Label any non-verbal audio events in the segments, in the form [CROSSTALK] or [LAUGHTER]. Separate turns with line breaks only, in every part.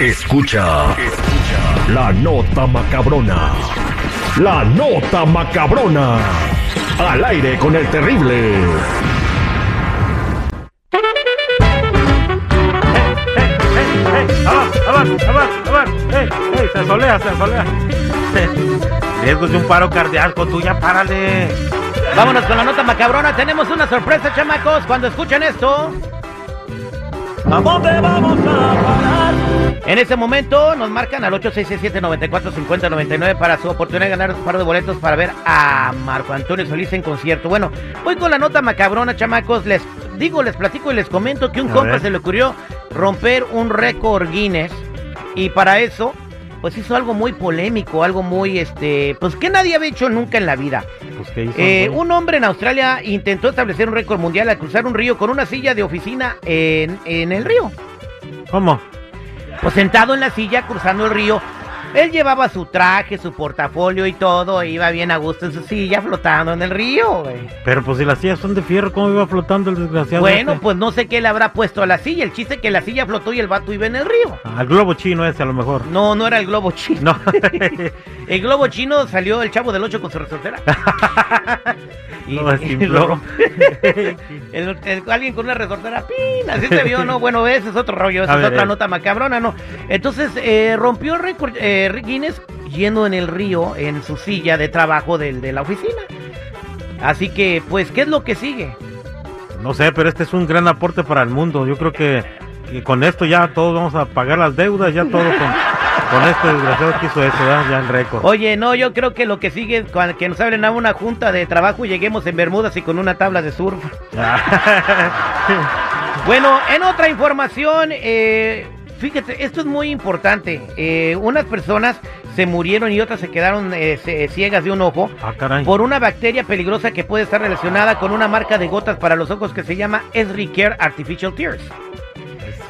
Escucha, escucha la nota macabrona. La nota macabrona. Al aire con el terrible.
¡Abar, abar, abar, abar! ¡Ey, ey! ¡Se solea, se solea! Riesgos de un paro cardíaco, tú ya párale.
Vámonos con la nota macabrona. Tenemos una sorpresa, chamacos. Cuando escuchen esto,
¿A dónde vamos a parar?
en este momento nos marcan al 8667-945099 para su oportunidad de ganar un par de boletos para ver a Marco Antonio Solís en concierto. Bueno, voy con la nota macabrona, chamacos. Les digo, les platico y les comento que un
A
compa
ver.
se le ocurrió romper un récord Guinness y para eso pues hizo algo muy polémico, algo muy este, pues que nadie había hecho nunca en la vida.
Pues qué hizo.
Eh,
güey?
un hombre en Australia intentó establecer un récord mundial al cruzar un río con una silla de oficina en, en el río.
¿Cómo?
Pues sentado en la silla cruzando el río. Él llevaba su traje, su portafolio y todo, e iba bien a gusto en su silla flotando en el río. güey.
Pero pues si las sillas son de fierro, ¿cómo iba flotando el desgraciado?
Bueno,
este?
pues no sé qué le habrá puesto a la silla. El chiste es que la silla flotó y el vato iba en el río.
Al globo chino ese a lo mejor.
No, no era el globo chino.
No. [LAUGHS]
El globo chino salió el chavo del 8 con su
[LAUGHS]
resortera. Y-
No,
[LAUGHS] y
estimpló.
lo- El- el- alguien con una resortera, ¡pin! Así se vio, ¿no? Bueno, ese es otro rollo, esa
A
es
ver,
otra
eh.
nota macabrona, ¿no? Entonces, eh, rompió récord eh, Rick Guinness yendo en el río, en su silla de trabajo del- de la oficina. Así que, pues, ¿qué es lo que sigue?
No sé, pero este es un gran aporte para el mundo. Yo creo que, que con esto ya todos vamos a pagar las deudas, ya todo con, con este desgraciado que hizo eso, ¿verdad? ya el récord.
Oye, no, yo creo que lo que sigue es cuan- que nos abren a una junta de trabajo y lleguemos en Bermudas y con una tabla de surf. [LAUGHS] Bueno, en otra información, eh, fíjate, esto es muy importante. Eh, unas personas se murieron y otras se quedaron eh, ce- ciegas de un ojo
Ah, caray.
por una bacteria peligrosa que puede estar relacionada con una marca de gotas para los ojos que se llama Esricare Artificial Tears.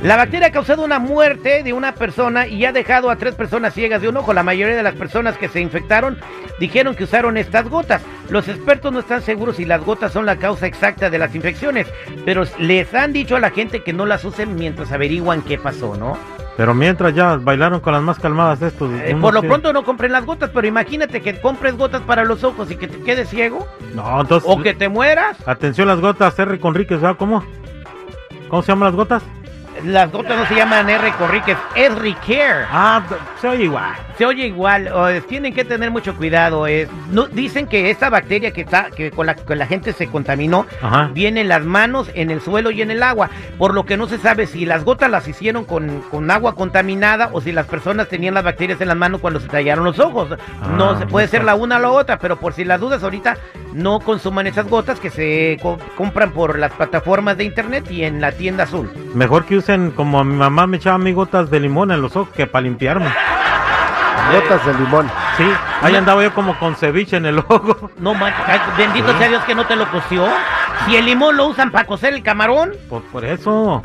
La bacteria ha causado una muerte de una persona y ha dejado a tres personas ciegas de un ojo. La mayoría de las personas que se infectaron dijeron que usaron estas gotas. Los expertos no están seguros si las gotas son la causa exacta de las infecciones, pero les han dicho a la gente que no las usen mientras averiguan qué pasó, ¿no?
Pero mientras ya bailaron con las más calmadas estos.
Eh,
unos
por lo
que-
pronto no compren las gotas, pero imagínate que compres gotas para los ojos y que te quedes ciego
No, entonces.
o que te mueras.
Atención las gotas, R. Conríquez, ¿verdad? ¿Cómo? ¿Cómo se llaman las gotas?
Las gotas no se llaman R. Corríquez, es Ricare.
Ah, se oye igual.
Se oye igual, o es- tienen que tener mucho cuidado. Es, no, dicen que esta bacteria que, está, que con la que la gente se contaminó
Ajá.
viene en las manos, en el suelo y en el agua, por lo que no se sabe si las gotas las hicieron con, con agua contaminada o si las personas tenían las bacterias en las manos cuando se tallaron los ojos. no
Ah,
se puede
no
ser
sé.
la una o la otra, pero por si las dudas ahorita no consuman esas gotas que se co- compran por las plataformas de internet y en la tienda azul.
Mejor que usen como a mi mamá me echaba a mí gotas de limón en los ojos que para limpiarme.
[LAUGHS] Gotas de limón.
Sí, ahí andaba yo como con ceviche en el ojo. [LAUGHS]
No manches, ay, bendito
Sí.
sea Dios que no te lo coció. Si el limón lo usan para cocer el camarón,
Pues por eso.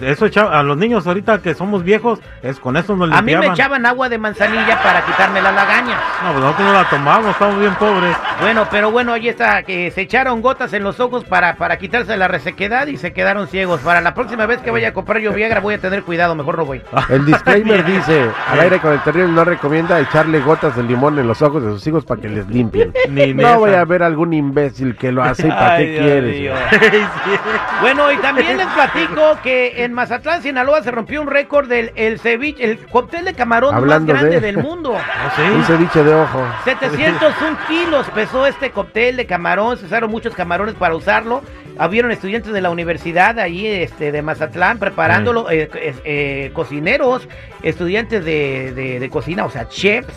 Eso echa- a los niños ahorita que somos viejos, es con eso nos
a mí
limpiaban.
me echaban agua de manzanilla para quitarme la lagaña.
No, pues nosotros no la tomamos, estamos bien
[LAUGHS]
pobres.
Bueno, pero bueno, ahí está, que se echaron gotas en los ojos para, para quitarse la resequedad y se quedaron ciegos. Para la próxima vez que vaya a comprar yo Viagra voy a tener cuidado, mejor
[LAUGHS]
no voy. [LAUGHS]
El disclaimer dice, al aire con el terrible no recomienda echarle gotas de limón en los ojos de sus hijos para que les limpien.
Ni, ni
No
esa.
voy a ver algún imbécil que lo hace y para
Ay,
qué
Dios
quieres.
mío.
güey.
Ah,
Bueno, y también les platico que en Mazatlán, Sinaloa, se rompió un récord del el ceviche, el cóctel de camarón
Hablando
más grande
de-
[LAUGHS]
del mundo.
Ah,
Un
sí.
ceviche de ojo.
701 kilos pesó este cóctel de camarón, se usaron muchos camarones para usarlo. Habieron estudiantes de la universidad ahí este, de Mazatlán
Mm.
preparándolo, eh, eh, eh, cocineros, estudiantes de, de- de cocina, o sea, chefs,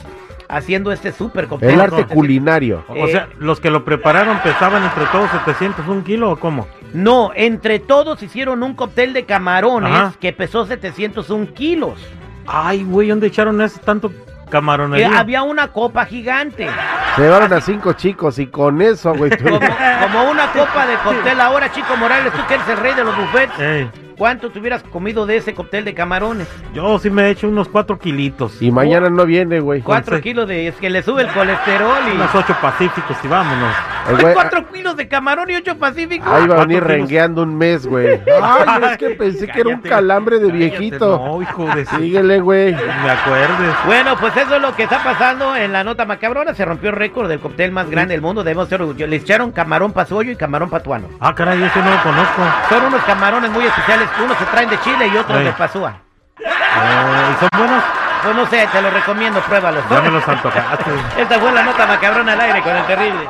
haciendo este súper cóctel.
El arte
Entonces,
culinario.
O sea, los que lo prepararon pesaban entre todos 701 kilos o cómo?
No, entre todos hicieron un cóctel de camarones
Ajá.
que pesó 701 kilos.
Ay, güey, ¿dónde echaron ese tanto
Eh,
camaronería?
había una copa
[LAUGHS]
gigante,
Se llevaron a cinco chicos y con eso, güey. tú-
como, como una copa de cóctel. Ahora, Chico Morales, tú que eres el rey de los buffets.
Ey,
¿Cuánto te hubieras comido de ese cóctel de camarones?
yo sí me he hecho unos 4 kilitos.
Y mañana no viene, güey.
Cuatro
sí.
kilos de... Es que le sube el colesterol y...
unos 8 pacíficos y vámonos.
El
Hay
güey-
cuatro kilos de camarón y ocho pacíficos.
Ahí va a
¿Cuántos
venir
kilos?
rengueando un mes, güey. Ay, es que pensé que era un
Cállate,
calambre de
cállate,
viejito.
No, hijo de sí.
Síguele, güey.
Me acuerdes.
Bueno, pues eso es lo que está pasando en la nota macabrona. Se rompió el récord del cóctel más grande del mundo. Debemos ser orgullosos. Le echaron camarón pasuoyo y camarón patuano.
Ah, caray, ese no lo conozco.
Son unos camarones muy especiales. Unos se traen de Chile y otros
Ey.
de Pasúa.
Eh, ¿y son buenos?
Pues no sé, te lo recomiendo, pruébalos. [LAUGHS]
Ya me los antojaste.
Esta fue la nota macabrona al aire con el terrible.